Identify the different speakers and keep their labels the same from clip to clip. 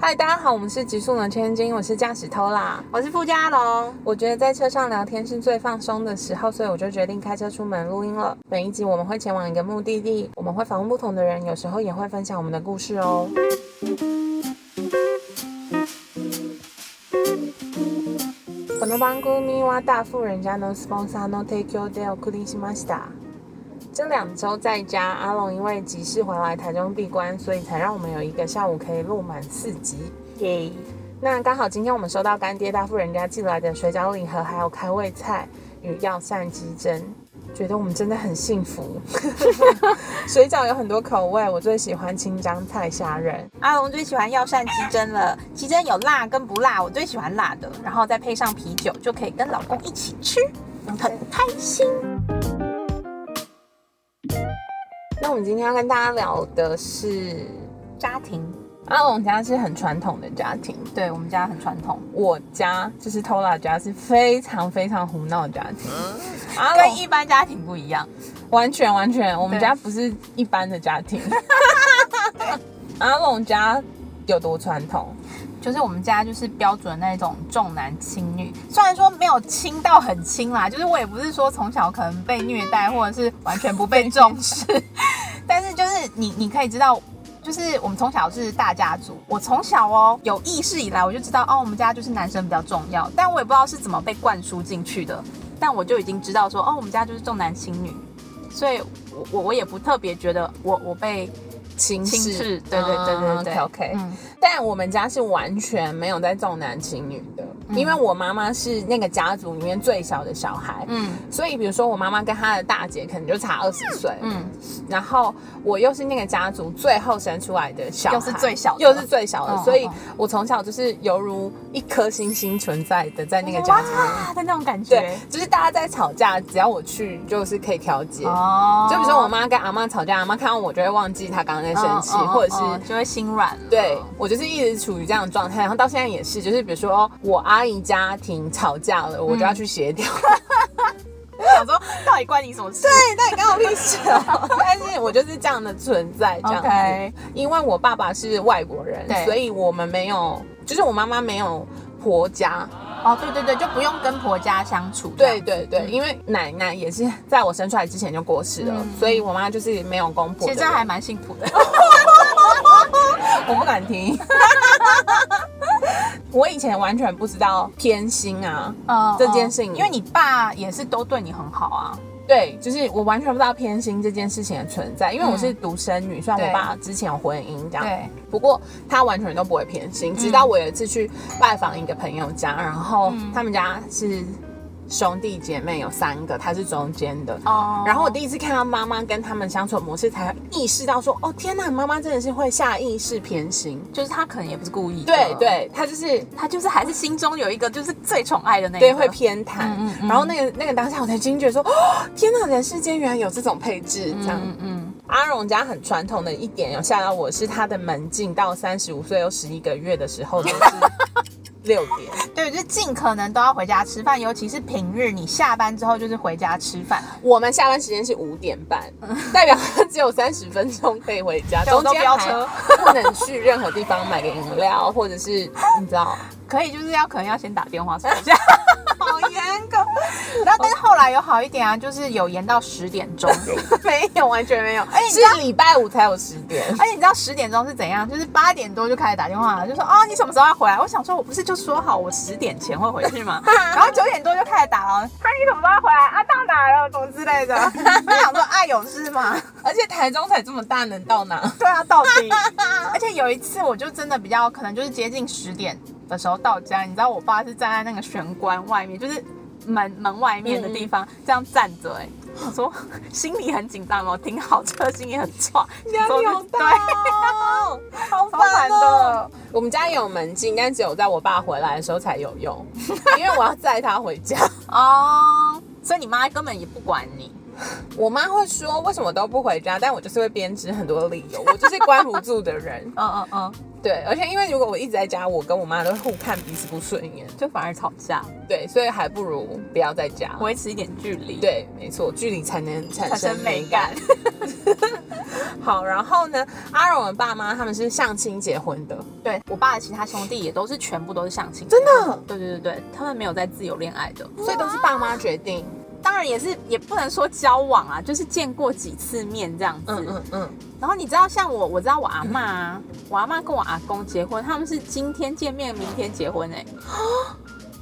Speaker 1: 嗨，大家好，我们是极速能千金，我是驾驶偷啦。
Speaker 2: 我是傅家龙，
Speaker 1: 我觉得在车上聊天是最放松的时候，所以我就决定开车出门录音了。每一集我们会前往一个目的地，我们会访问不同的人，有时候也会分享我们的故事哦。この番組は大富人家のスポンサーの提供でお送りしました。这两周在家，阿龙因为急事回来台中闭关，所以才让我们有一个下午可以录满四集。
Speaker 2: 耶、
Speaker 1: 那刚好今天我们收到干爹大富人家寄来的水饺礼盒，还有开胃菜与药膳鸡胗，觉得我们真的很幸福。 水饺有很多口味，我最喜欢清江菜虾仁。
Speaker 2: 阿龙啊最喜欢药膳鸡胗了，鸡胗有辣跟不辣，我最喜欢辣的，然后再配上啤酒，就可以跟老公一起吃，很开心。
Speaker 1: 那我们今天要跟大家聊的是，
Speaker 2: 家庭，
Speaker 1: 阿龙家是很传统的家庭，
Speaker 2: 对我们家很传统，
Speaker 1: 我家就是 Tola 家是非常非常胡闹的家庭。阿
Speaker 2: 跟
Speaker 1: 龙
Speaker 2: 一般家庭不一样。
Speaker 1: 完全完全，我们
Speaker 2: 对
Speaker 1: 家不是一般的家庭。阿龙家有多传统？
Speaker 2: 就是我们家就是标准那种重男轻女，虽然说没有轻到很轻啦，就是我也不是说从小可能被虐待或者是完全不被重视， 但是就是你你可以知道。就是我们从小是大家族，我从小哦有意识以来我就知道哦，我们家就是男生比较重要，但我也不知道是怎么被灌输进去的，但我就已经知道说哦，我们家就是重男轻女，所以我我我也不特别觉得我我被
Speaker 1: 亲
Speaker 2: 轻视，对对对对对
Speaker 1: o k
Speaker 2: 嗯，
Speaker 1: 但我们家是完全没有在重男轻女的，
Speaker 2: 嗯
Speaker 1: 因为我妈妈是那个家族里面最小的小孩，
Speaker 2: 嗯
Speaker 1: 所以比如说我妈妈跟她的大姐可能就差二十岁，
Speaker 2: 嗯，
Speaker 1: 然后我又是那个家族最后生出来的小孩，
Speaker 2: 又是最小的
Speaker 1: 又是最小的，
Speaker 2: 嗯
Speaker 1: 所以
Speaker 2: 嗯
Speaker 1: 我从小就是犹如一颗星星存在的在那个家
Speaker 2: 哇
Speaker 1: 族里面。
Speaker 2: 的那种感觉
Speaker 1: 对，，就是大家在吵架，只要我去，就是可以调解。
Speaker 2: 哦
Speaker 1: 就比如说我妈跟阿妈吵架，阿妈看到我就会忘记她刚刚在生气，
Speaker 2: 嗯嗯嗯
Speaker 1: 或者是
Speaker 2: 嗯就会心软了。
Speaker 1: 对我就是一直处于这样的状态，然后到现在也是，就是比如说哦我阿姨家庭吵架了，我就要去协调。
Speaker 2: 我想说到底关你什么 事？
Speaker 1: 对，那你干我屁事哦！ 但是我就是这样的存在，这样子。
Speaker 2: OK
Speaker 1: 因为我爸爸是外国人，
Speaker 2: 对
Speaker 1: 所以我们没有，就是我妈妈没有婆家。
Speaker 2: 哦，对对对，就不用跟婆家相处。
Speaker 1: 对，嗯对对，因为奶奶也是在我生出来之前就过世了，
Speaker 2: 嗯
Speaker 1: 所以我妈就是没有公婆的人。
Speaker 2: 其实这还蛮幸 福的。
Speaker 1: 我不敢听。 我以前完全不知道偏心啊，
Speaker 2: 嗯
Speaker 1: 这件事情
Speaker 2: 因为你爸也是都对你很好啊。
Speaker 1: 对，就是我完全不知道偏心这件事情的存在，因为我是独生女，虽然我
Speaker 2: 嗯对
Speaker 1: 爸之前有婚姻这样，
Speaker 2: 对，嗯
Speaker 1: 不过他完全都不会偏心。直到我有一次去拜访一个朋友家，然后他们家是兄弟姐妹有三个，他是中间的。
Speaker 2: 哦
Speaker 1: 然后我第一次看到妈妈跟他们相处的模式，才意识到说，哦天呐，妈妈真的是会下意识偏心。
Speaker 2: 就是他可能也不是故意的。
Speaker 1: 对，对，她就是
Speaker 2: 他就是还是心中有一个就是最宠爱的那一个。
Speaker 1: 对，会偏袒。
Speaker 2: 嗯嗯嗯
Speaker 1: 然后那个那个当下，我才惊觉说，哦，天哪，人世间原来有这种配置，这样。
Speaker 2: 嗯嗯，
Speaker 1: 阿荣家很传统的一点有吓到我是，他的门禁到三十五岁又十一个月的时候都是六点。
Speaker 2: 嗯对，就是尽可能都要回家吃饭，尤其是平日，你下班之后就是回家吃饭，
Speaker 1: 我们下班时间是五点半，代表他只有三十分钟可以回家，
Speaker 2: 对我
Speaker 1: 中
Speaker 2: 都
Speaker 1: 间
Speaker 2: 飙
Speaker 1: 还
Speaker 2: 车
Speaker 1: 不能去任何地方买个饮料，或者是你知道。
Speaker 2: 可以就是要可能要先打电话吵 架，好严格。然后但是后来有好一点啊，就是有延到十点 钟，
Speaker 1: 没有，完全没有。
Speaker 2: 哎你知道
Speaker 1: 是礼拜五才有十点。
Speaker 2: 而且你知道十点钟是怎样？就是八点多就开始打电话了，就说哦你什么时候要回来？我想说我不是就说好我十点前会回去 吗？然后九点多就开始打了，他你什么时候要回来啊？到哪了？什么之类的。我想说啊有事 吗？
Speaker 1: 而且台中才这么大，能到哪？
Speaker 2: 对啊，到 底。而且有一次，我就真的比较可能就是接近十点的时候到家，你知道我爸是站在那个玄关外面，就是门门外面的地方、这样站着、哎，我说心里很紧张嘛，我停好车，心里很撞，
Speaker 1: 压力好
Speaker 2: 对，
Speaker 1: 大哦，好
Speaker 2: 超烦的。
Speaker 1: 我们家也有门禁，但只有在我爸回来的时候才有 用，因为我要载他回家。
Speaker 2: 哦。所以你妈根本也不管你，。
Speaker 1: 我妈会说为什么都不回家，但我就是会编织很多理由，我就是关不住的人
Speaker 2: 嗯嗯嗯，
Speaker 1: 对，而且因为如果我一直在家，我跟我妈都会互看彼此不顺眼，
Speaker 2: 就反而吵架，
Speaker 1: 对，所以还不如不要在家。
Speaker 2: 维持一点距离，，
Speaker 1: 对，没错，距离才能产
Speaker 2: 产
Speaker 1: 生
Speaker 2: 生
Speaker 1: 美
Speaker 2: 美
Speaker 1: 感。
Speaker 2: 感。
Speaker 1: 好，然后呢，阿荣的爸妈他们是相亲结婚的，
Speaker 2: 对我爸的其他兄弟也都是全部都是相亲，
Speaker 1: 真的，
Speaker 2: 对对对对，他们没有在自由恋爱的，
Speaker 1: 所以都是爸妈决定。
Speaker 2: 当然也是也不能说交往啊，就是见过几次面这样子。
Speaker 1: 嗯嗯嗯，
Speaker 2: 然后你知道，像我，我知道我阿妈、啊，我阿妈跟我阿公结婚，他们是今天见面，明天结婚哎、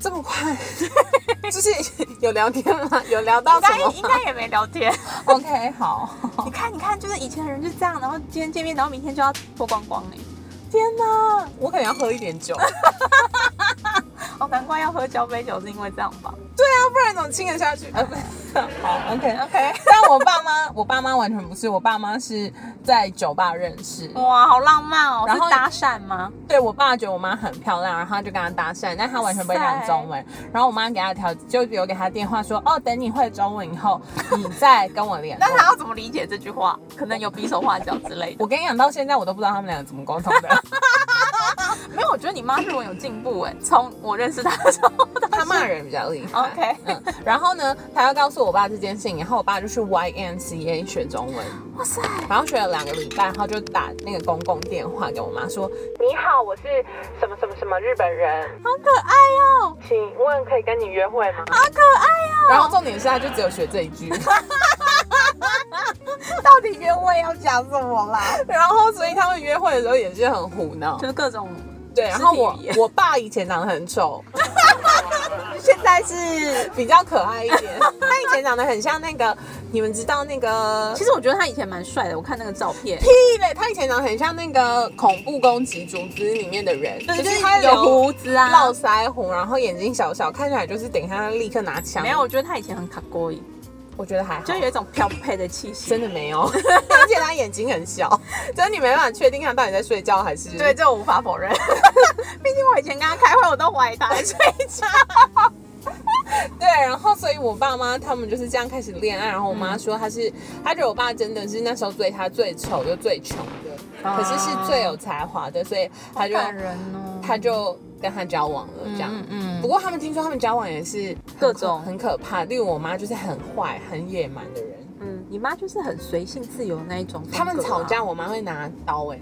Speaker 1: 这么快， 就是有聊天吗？有聊到什么
Speaker 2: 应该也没聊天。
Speaker 1: ？OK，好。
Speaker 2: 你看，你看，就是以前的人就这样，然后今天见面，然后明天就要脱光光哎、
Speaker 1: 天哪，我可能要喝一点 酒，
Speaker 2: 哦，难怪要喝交杯酒，是因为这样吧？
Speaker 1: 啊不然怎么亲得下去？啊，不是好，OK。
Speaker 2: OK，
Speaker 1: 但我爸妈，我爸妈完全不是，我爸妈是在酒吧认识。
Speaker 2: 哇，好浪漫哦！
Speaker 1: 然后
Speaker 2: 是搭讪吗？
Speaker 1: 对我爸觉得我妈很漂亮，然后他就跟她搭讪，但他完全不会讲中文。然后我妈给他条，就留给他电话说，哦，等你会中文以后，你再跟我联络
Speaker 2: 那。他要怎么理解这句话？可能有比手画脚之类的。
Speaker 1: 我跟你讲，到现在我都不知道他们两个怎么沟通的。
Speaker 2: 没有，我觉得你妈日文有进步哎，从我认识她的时候，
Speaker 1: 他骂人比较厉害。
Speaker 2: OK
Speaker 1: 嗯，然后呢，他又告诉我爸这件事情，然后我爸就去 YMCA 学中文，
Speaker 2: 哇塞，哎
Speaker 1: 然后学了两个礼拜，然后就打那个公共电话给我妈说：“你好，我是什么什么什么日本人，
Speaker 2: 好可爱哦，
Speaker 1: 请问可以跟你约会吗
Speaker 2: 好可爱哦！”
Speaker 1: 然后重点是他就只有学这一句，
Speaker 2: 到底约会要讲什么啦？
Speaker 1: 然后所以他们约会的时候也是很胡闹
Speaker 2: 就。是各种，
Speaker 1: 对，然后
Speaker 2: 肢
Speaker 1: 我
Speaker 2: 体语言
Speaker 1: 我爸以前长得很 丑，
Speaker 2: 现在是，
Speaker 1: 比较可爱一 点，他以前长得很像那个，你们知道那个
Speaker 2: 其实我觉得他以前蛮帅的，我看那个照 片，
Speaker 1: 屁嘞！他以前长得很像那个恐怖攻击组织里面的人，
Speaker 2: 就是
Speaker 1: 他
Speaker 2: 有胡子啊，
Speaker 1: 络腮胡，然后眼睛小小，看起来就是等一下立刻拿枪。
Speaker 2: 没有，，我觉得他以前很卡过瘾，
Speaker 1: 我觉得还好，
Speaker 2: 就有一种漂配的气息。
Speaker 1: 真的没 有，而且他眼睛很小，所以你没办法确定他到底在睡觉还是
Speaker 2: 对，。这我无法否认。 毕竟我以前跟他开会，我都怀疑他在睡觉。
Speaker 1: 对，然后所以我爸妈他们就是这样开始恋爱，然后我妈说她是，她觉得我爸真的是那时候对她最丑又最穷的，
Speaker 2: 啊
Speaker 1: 可是是最有才华的，所以她就
Speaker 2: 人哦
Speaker 1: 她就跟他交往了这样。
Speaker 2: 嗯嗯
Speaker 1: 不过他们听说他们交往也是很
Speaker 2: 各
Speaker 1: 可
Speaker 2: 种
Speaker 1: 很可怕，例如我妈就是很坏、很野蛮的人。
Speaker 2: 嗯，你妈就是很随性自由的那一种、啊
Speaker 1: 他们吵架，，我妈会拿刀哎、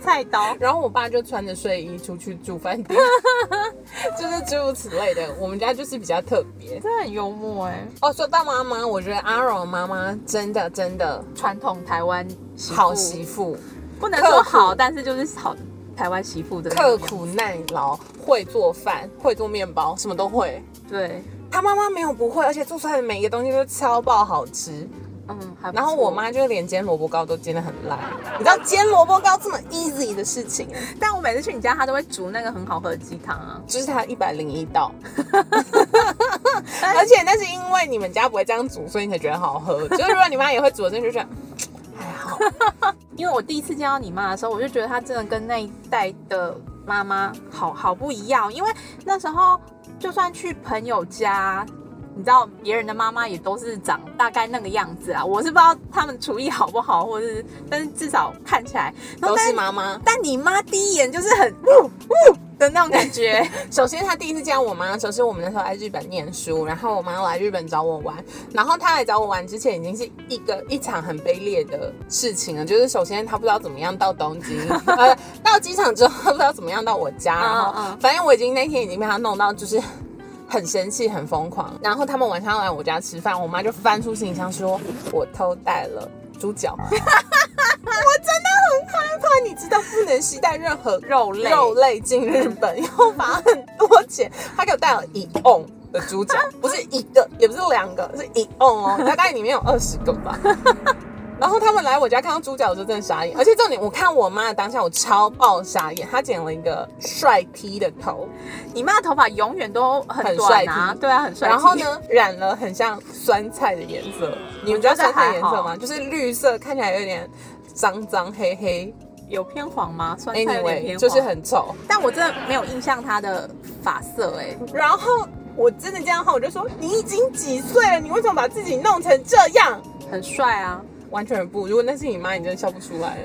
Speaker 2: 菜刀。
Speaker 1: 然后我爸就穿着睡衣出去住饭店， 就是诸如此类的。我们家就是比较特别
Speaker 2: 真的很幽默哎、
Speaker 1: 哦。说到妈妈，我觉得阿荣的妈妈真的真的
Speaker 2: 传统台湾媳妇
Speaker 1: 好媳妇，
Speaker 2: 不能说
Speaker 1: 刻
Speaker 2: 好，
Speaker 1: 苦
Speaker 2: 但是就是好台湾媳妇的那
Speaker 1: 刻
Speaker 2: 种
Speaker 1: 苦耐劳，会做饭，会做面包，什么都会。
Speaker 2: 对，
Speaker 1: 他妈妈没有不会，而且做出来的每一个东西都超爆好吃。
Speaker 2: 嗯，还不错
Speaker 1: 然后我，妈就连煎萝卜糕都煎得很烂，你知道煎萝卜糕这么 easy 的事情，啊
Speaker 2: 但我每次去你家，她都会煮那个很好喝的鸡汤啊。
Speaker 1: 就是它一百零一道，
Speaker 2: 但
Speaker 1: 而且那是因为你们家不会这样煮，所以你才觉得好喝。就是如果你妈也会煮，真的就觉得嗯还好。
Speaker 2: 因为我第一次见到你妈的时候，我就觉得她真的跟那一代的妈妈好好不一样。因为那时候就算去朋友家，你知道别人的妈妈也都是长大概那个样子啊。我是不知道他们厨艺好不好，或者是，但是至少看起来然后
Speaker 1: 都
Speaker 2: 但
Speaker 1: 是妈妈。
Speaker 2: 但你妈第一眼就是很呜呜的那种感觉，
Speaker 1: 首先，她第一次见我妈的时候，是我们那时候在日本念书，然后我妈来日本找我玩。然后她来找我玩之前，已经是一个一场很卑劣的事情了。就是首先，她不知道怎么样到东京，呃，到机场之后，她不知道怎么样到我家。然后
Speaker 2: 嗯嗯
Speaker 1: 反正我已经那天已经被她弄到，就是很生气、很疯狂。然后他们晚上要来我家吃饭，我妈就翻出行李箱说：“我偷带了猪脚。” 我真的很害怕，你知道不能携带任何
Speaker 2: 肉类
Speaker 1: 肉类进日本， 要罚很多钱。他给我带了一瓮的猪 脚，不是一个，也不是两个，是一瓮哦，大概里面有二十个吧。然后他们来我家看到猪脚的时候，真的傻眼。而且重点，我看我妈的当下，我超爆傻眼。她剪了一个帅 T 的头，
Speaker 2: 你妈的头发永远都很短
Speaker 1: 很帅
Speaker 2: 啊，
Speaker 1: 气
Speaker 2: 对啊，很帅气。
Speaker 1: 然后呢，染了很像酸菜的颜色。你们知道酸菜颜 色吗？就是绿色，看起来有点脏脏黑黑。
Speaker 2: 有偏黄吗？酸菜有点偏
Speaker 1: Anyway，
Speaker 2: 黄，
Speaker 1: 就是很丑。
Speaker 2: 但我真的没有印象她的发色哎、
Speaker 1: 然后我真的这样的话，我就说你已经几岁了，你为什么把自己弄成这样？很帅啊，完全不。如果那是你妈，你真的笑不出来。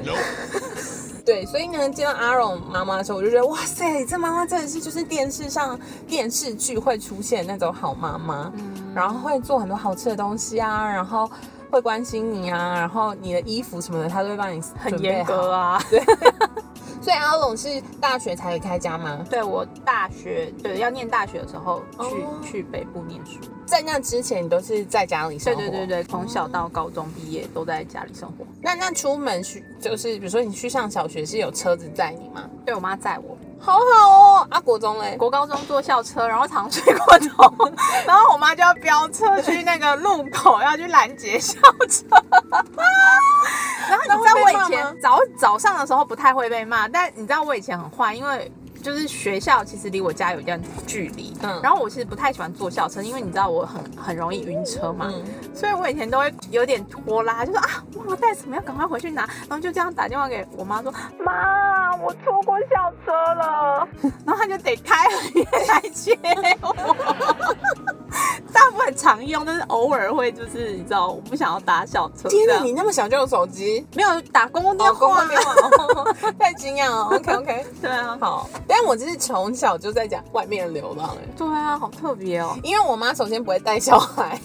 Speaker 1: 对，所以呢，见到阿荣妈妈的时候，我就觉得哇塞，这妈妈真的是就是电视上电视剧会出现那种好妈妈，
Speaker 2: 嗯
Speaker 1: 然后会做很多好吃的东西啊，然后会关心你啊，然后你的衣服什么的，她都会帮你
Speaker 2: 很严格
Speaker 1: 啊。
Speaker 2: 啊。
Speaker 1: 所以阿荣是大学才离开家吗？
Speaker 2: 对我大学对要念大学的时候去、
Speaker 1: 哦
Speaker 2: 去北部念书，
Speaker 1: 在那之前，你都是在家里生
Speaker 2: 对
Speaker 1: 活。
Speaker 2: 对对对，从小到高中毕业都在家里生活。
Speaker 1: 那那出门去就是，比如说你去上小学是有车子载你吗？
Speaker 2: 对我妈载我，
Speaker 1: 好好哦，啊国中嘞，
Speaker 2: 国高中坐校车，然后常睡过头，然后我妈就要飙车去那个路口，要去拦截校 车。然后你知道我以
Speaker 1: 那会被骂吗
Speaker 2: 前早早上的时候不太会被骂，但你知道我以前很坏，因为。就是学校其实离我家有一段距离，
Speaker 1: 嗯
Speaker 2: 然后我其实不太喜欢坐校车，因为你知道我很很容易晕车嘛，
Speaker 1: 嗯，
Speaker 2: 所以我以前都会有点拖拉，就说啊忘了带什么，要赶快回去拿，然后就这样打电话给我妈说，妈，我错过校车了，然后她就得开很远来接我。大部分常用，但是偶尔会就是你知道，我不想要搭校车。
Speaker 1: 天
Speaker 2: 这
Speaker 1: 哪，
Speaker 2: 样
Speaker 1: 你那么小就有手机？
Speaker 2: 没有打公共电
Speaker 1: 哦，公
Speaker 2: 话、
Speaker 1: 共电话，哦太惊讶了。OK OK，
Speaker 2: 对啊，
Speaker 1: 好，但我就是从小就在家外面流浪哎、
Speaker 2: 对啊，好特别哦。
Speaker 1: 因为我妈首先不会带小 孩，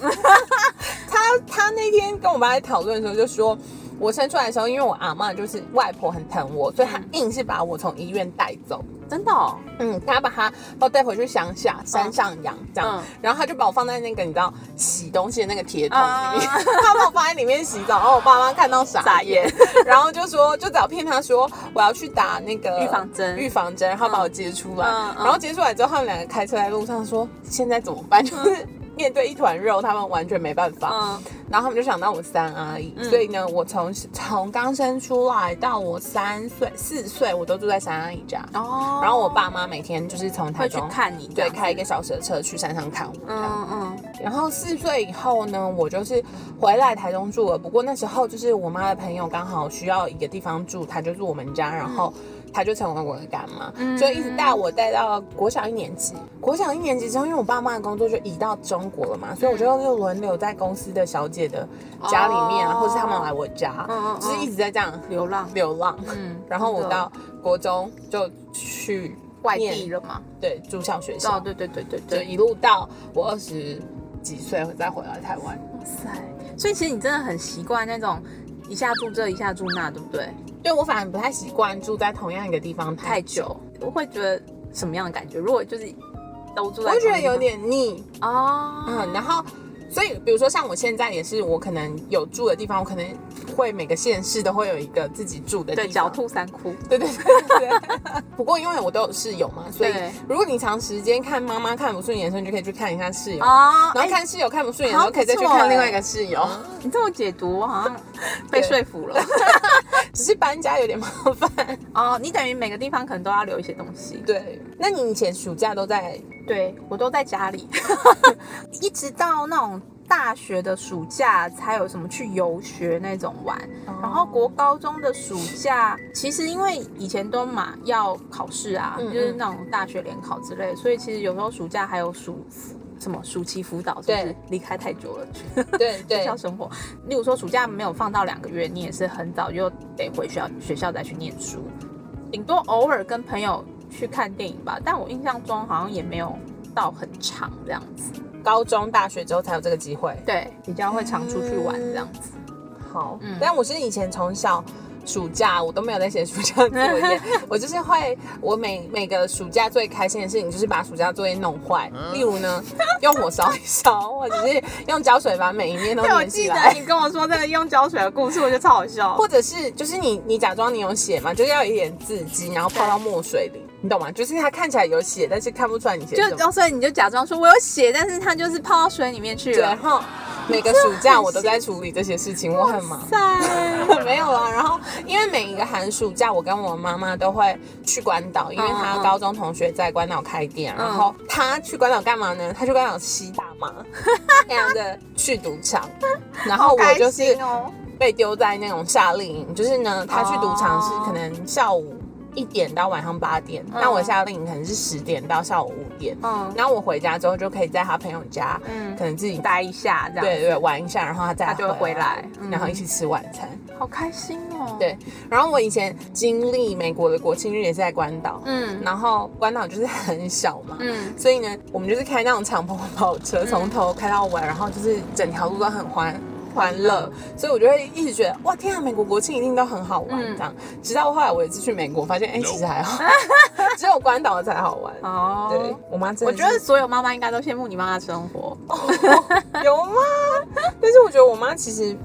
Speaker 1: 她她那天跟我爸在讨论的时候就说，我生出来的时候，因为我阿嬷就是外婆很疼我，所以她
Speaker 2: 嗯
Speaker 1: 硬是把我从医院带走。
Speaker 2: 真的、哦，
Speaker 1: 嗯，他把他把我带回去乡下山上养这样，
Speaker 2: 嗯
Speaker 1: 然后他就把我放在那个你知道洗东西的那个铁桶里面，
Speaker 2: 啊
Speaker 1: 他把我放在里面洗澡，然后我爸妈看到傻
Speaker 2: 傻
Speaker 1: 眼
Speaker 2: 眼，
Speaker 1: 然后就说就找骗他说我要去打那个
Speaker 2: 预防针
Speaker 1: 预防针，然后把我接出来，
Speaker 2: 嗯嗯
Speaker 1: 然后接出来之后他们两个开车在路上说现在怎么办，就是面对一团肉，他们完全没办法，
Speaker 2: 嗯，
Speaker 1: 然后他们就想到我三阿姨，
Speaker 2: 嗯
Speaker 1: 所以呢，我从从刚生出来到我三岁四岁，我都住在三阿姨家。
Speaker 2: 哦
Speaker 1: 然后我爸妈每天就是从台
Speaker 2: 会去
Speaker 1: 中
Speaker 2: 看你，
Speaker 1: 对，开一个小时的车去山上看我这样。
Speaker 2: 嗯嗯，
Speaker 1: 然后四岁以后呢，我就是回来台中住了。不过那时候就是我妈的朋友刚好需要一个地方住，她就住我们家，然后她就成为我的干妈，
Speaker 2: 嗯
Speaker 1: 所以一直带我带到国小一年级。国小一年级之后，因为我爸妈的工作就移到中国了嘛，所以我就又轮流在公司的小姐的家里面，
Speaker 2: 嗯哦
Speaker 1: 或是他们来我家，
Speaker 2: 嗯嗯嗯
Speaker 1: 就是一直在这样
Speaker 2: 流浪，
Speaker 1: 流浪。
Speaker 2: 嗯，
Speaker 1: 然后我
Speaker 2: 真的
Speaker 1: 到国中就去
Speaker 2: 外
Speaker 1: 念
Speaker 2: 地了嘛，
Speaker 1: 对，住校学
Speaker 2: 哦，
Speaker 1: 校，
Speaker 2: 对对对对
Speaker 1: 就
Speaker 2: 对，
Speaker 1: 一路到我二十几岁再回来台湾。
Speaker 2: 哇塞！所以其实你真的很习惯那种一下住这一下住那，对不对？
Speaker 1: 对我反而不太习惯住在同样一个地方
Speaker 2: 太
Speaker 1: 太久，
Speaker 2: 久，我会觉得什么样的感觉？如果就是都住在，
Speaker 1: 我会觉得有点腻。
Speaker 2: 哦，
Speaker 1: 嗯，然后所以比如说像我现在也是，我可能有住的地方，我可能会每个县市都会有一个自己住的地
Speaker 2: 对，
Speaker 1: 方。
Speaker 2: 狡兔三窟，
Speaker 1: 对对对对对。 不过因为我都有室友嘛，所以
Speaker 2: 对
Speaker 1: 如果你长时间看妈妈看不顺眼的时候，你就可以去看一下室友。
Speaker 2: 哦
Speaker 1: 然后
Speaker 2: 哎
Speaker 1: 看室友看不顺眼的时候，
Speaker 2: 好像
Speaker 1: 可以再去
Speaker 2: 不错
Speaker 1: 看另外
Speaker 2: 哎
Speaker 1: 一个室友，
Speaker 2: 你这么解读，我好像被
Speaker 1: 对
Speaker 2: 说服了。
Speaker 1: 只是搬家有点麻烦。
Speaker 2: 哦，你等于每个地方可能都要留一些东西。
Speaker 1: 对，那你以前暑假都在
Speaker 2: 对我都在家里， 一直到那种大学的暑假才有什么去游学那种玩。然后国高中的暑假，其实因为以前都嘛要考试啊，
Speaker 1: 嗯
Speaker 2: 就是那种大学联考之类，所以其实有时候暑假还有暑什么暑期辅导，是不
Speaker 1: 对
Speaker 2: 是离开太久了，去
Speaker 1: 对
Speaker 2: 学
Speaker 1: 对
Speaker 2: 校生活。例如说暑假没有放到两个月，你也是很早就得回学校学校再去念书，顶多偶尔跟朋友去看电影吧。但我印象中好像也没有到很长这样子，
Speaker 1: 高中、大学之后才有这个机会。
Speaker 2: 对，比较会常出去玩这样子。
Speaker 1: 好，
Speaker 2: 嗯
Speaker 1: 但我是以前从小。暑假我都没有在写暑假作 业，我就是会，我每每个暑假最开心的事情就是把暑假作业弄坏，
Speaker 2: 嗯
Speaker 1: 例如呢，用火烧一烧，或者是用胶水把每一面都
Speaker 2: 对，我
Speaker 1: 粘起
Speaker 2: 记得
Speaker 1: 来，
Speaker 2: 你跟我说那个用胶水的故事，我觉得超好笑。
Speaker 1: 或者是就是你你假装你有写嘛，就是要有一点字迹，然后泡到墨水里，你懂吗？就是它看起来有写，但是看不出来你写
Speaker 2: 就
Speaker 1: 什么。
Speaker 2: 哦，所以你就假装说我有写，但是它就是泡到水里面去
Speaker 1: 对，啊
Speaker 2: 了
Speaker 1: 然。后每个暑假我都在处理这些事情，我很忙。
Speaker 2: 在
Speaker 1: 没有啊，然后因为每一个寒暑假，我跟我妈妈都会去关岛，因为她
Speaker 2: 嗯嗯
Speaker 1: 高中同学在关岛开店，然后她去关岛干嘛呢？她去关岛吸大麻， 那样的去赌 场，然后我就是
Speaker 2: 哦，
Speaker 1: 被丢在那种夏令营，就是呢，她去赌场是
Speaker 2: 哦
Speaker 1: 可能下午一点到晚上八点，
Speaker 2: 嗯
Speaker 1: 但我夏令营可能是十点到下午五点。
Speaker 2: 嗯
Speaker 1: 然后我回家之后就可以在他朋友家，
Speaker 2: 嗯，
Speaker 1: 可能自己
Speaker 3: 待一下这样。
Speaker 1: 对对玩一下，然后他再
Speaker 3: 他就会回来嗯
Speaker 1: 然后一起吃晚餐。
Speaker 2: 好开心哦。
Speaker 1: 对然后我以前经历美国的国庆日也是在关岛，
Speaker 2: 嗯
Speaker 1: 然后关岛就是很小嘛，
Speaker 2: 嗯
Speaker 1: 所以呢，我们就是开那种敞篷跑
Speaker 3: 嗯
Speaker 1: 车，从头开到尾，然后就是整条路都很欢欢乐，所以我就会一直觉得哇天啊，美国国庆一定都很好玩
Speaker 2: 嗯
Speaker 1: 这样。直到后来我有一次去美国，发现哎、其实 还好，只有关岛才好玩。
Speaker 2: 哦，
Speaker 1: 对，我妈真
Speaker 3: 我
Speaker 1: 的是，
Speaker 3: 觉得所有妈妈应该都羡慕你妈妈的生活，
Speaker 1: 有吗？但是我觉得我妈其实，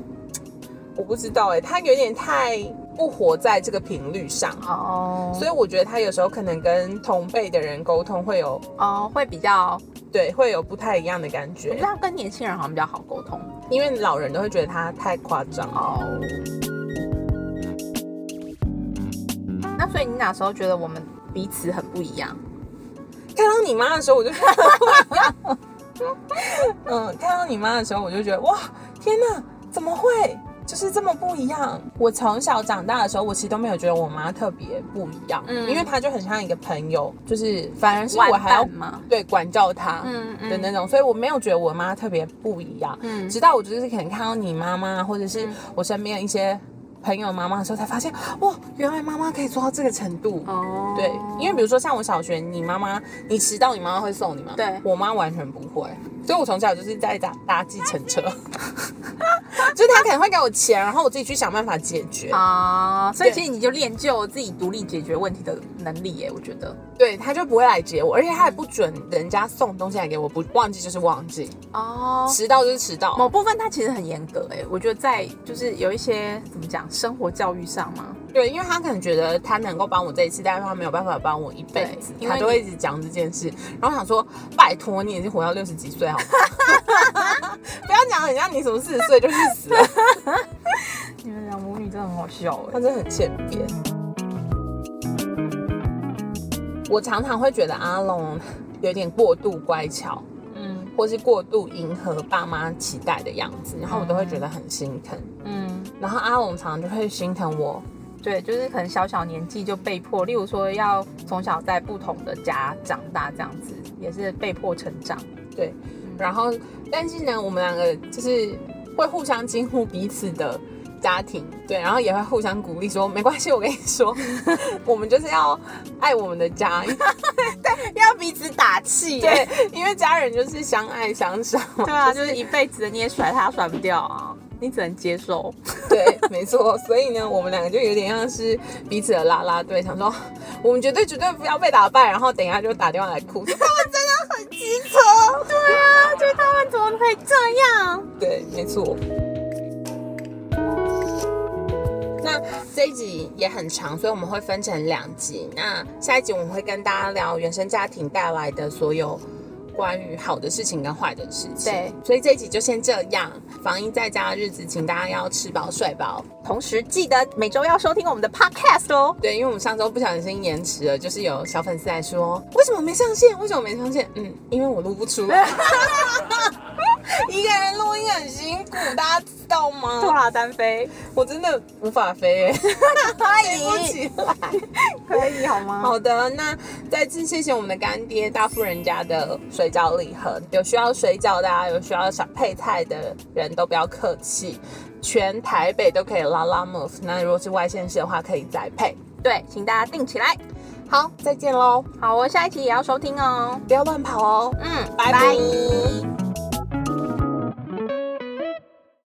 Speaker 1: 我不知道哎、她有点太不活在这个频率上，
Speaker 2: 哦，
Speaker 1: 所
Speaker 2: 以
Speaker 1: 以我觉得她有时候可能跟同辈的人沟通会有
Speaker 2: 哦会比较，
Speaker 1: 对会有不太一样的感觉
Speaker 3: 我觉得，她跟年轻人好像比较好沟通。
Speaker 1: 因为老人都会觉得她太夸张。
Speaker 3: 哦，
Speaker 2: 那所以你哪时候觉得我们彼此很不一样？
Speaker 1: 看到你妈的时候，我就觉得不一样 嗯，看到你妈的时候，我就觉得哇，天哪，怎么会就是这么不一样？我从小长大的时候，我其实都没有觉得我妈特别不一样，
Speaker 2: 嗯
Speaker 1: 因为她就很像一个朋友，就是反而是
Speaker 3: 玩
Speaker 1: 我还要
Speaker 3: 伴嘛
Speaker 1: 对管教她。
Speaker 2: 嗯
Speaker 1: 的那种，所以我没有觉得我妈特别不一样，
Speaker 2: 嗯
Speaker 1: 直到我就是可能看到你妈妈，或者是
Speaker 2: 嗯
Speaker 1: 我身边的一些朋友妈妈的时候，才发现，哇，原来妈妈可以做到这个程度，
Speaker 2: 哦，
Speaker 1: 对，因为比如说像我小学，你妈妈你迟到，你妈妈会送你吗？
Speaker 2: 对
Speaker 1: 我妈完全不会，所以我从小就是在搭搭计程车， 就是她可能会给我钱，然后我自己去想办法解决。
Speaker 2: 啊，所以
Speaker 1: 对
Speaker 2: 其实你就练就自己独立解决问题的能力耶，我觉得。
Speaker 1: 对，她就不会来接我，而且她也不准人家送东西来给我，不忘记就是忘记，
Speaker 2: 哦，
Speaker 1: 迟到就是迟到。
Speaker 2: 某部分它其实很严格哎，我觉得在就是有一些怎么讲生活教育上嘛，
Speaker 1: 对，因为她可能觉得她能够帮我这一次，但是她没有办法帮我一辈子
Speaker 2: 嗯对，因为
Speaker 1: 她就会一直讲这件事。然后我想说，拜托你已经活到六十几岁好吗？ 不要讲，人家你什么四十岁就是死了。
Speaker 2: 你们啊两母女真的很好笑
Speaker 1: 他真的很欠扁。我常常会觉得阿龙有点过度乖巧，
Speaker 2: 嗯
Speaker 1: 或是过度迎合爸妈期待的样子，然后我都会觉得很心疼。
Speaker 2: 嗯，
Speaker 1: 然后阿龙常常就会心疼我，
Speaker 2: 对，就是可能小小年纪就被迫，例如说要从小在不同的家长大这样子，也是被迫成长。
Speaker 1: 对。然后，但是呢，我们两个就是会互相惊呼彼此的家庭，对，然后也会互相鼓励说，没关系，我跟你说，我们就是要爱我们的家，
Speaker 3: 要彼此打气。欸
Speaker 1: 对，因为家人就是相爱相杀嘛，
Speaker 3: 对啊，就是一辈子的你也甩他甩不掉啊，你只能接 受。
Speaker 1: 对，没错。所以呢，我们两个就有点像是彼此的啦啦队，想说我们绝对绝对不要被打败，然后等一下就打电话来哭。
Speaker 3: 对啊，就是他们怎么可以这样？
Speaker 1: 对，没错。那这一集也很长，所以我们会分成两集。那下一集我们会跟大家聊原生家庭带来的所有关于好的事情跟坏的事情。
Speaker 2: 对，
Speaker 1: 所以这一集就先这样。防疫在家的日子，请大家要吃饱睡饱。
Speaker 3: 同时记得每周要收听我们的 podcast 哦。
Speaker 1: 对，因为我们上周不小心延迟了，就是有小粉丝来说，为什么没上线？为什么没上线？嗯，因为我录不出来。 一个人录音很辛苦，大家知道
Speaker 3: 托
Speaker 1: 吗？
Speaker 3: 拉单 飞，
Speaker 1: 我真的无法飞、欸，
Speaker 3: 可
Speaker 1: 飞不起来。
Speaker 3: 可以好吗？
Speaker 1: 好的，那再次谢谢我们的干爹大富人家的水饺礼盒，有需要水饺的、啊，有需要小配菜的人都不要客气，全台北都可以拉拉 move。那如果是外县市的话，可以再配。
Speaker 2: 对，请大家定起来。
Speaker 1: 好，再见喽，
Speaker 2: 好，我下一期也要收听哦。
Speaker 1: 不要乱跑哦。
Speaker 2: 嗯，
Speaker 1: 拜
Speaker 2: 拜
Speaker 1: 拜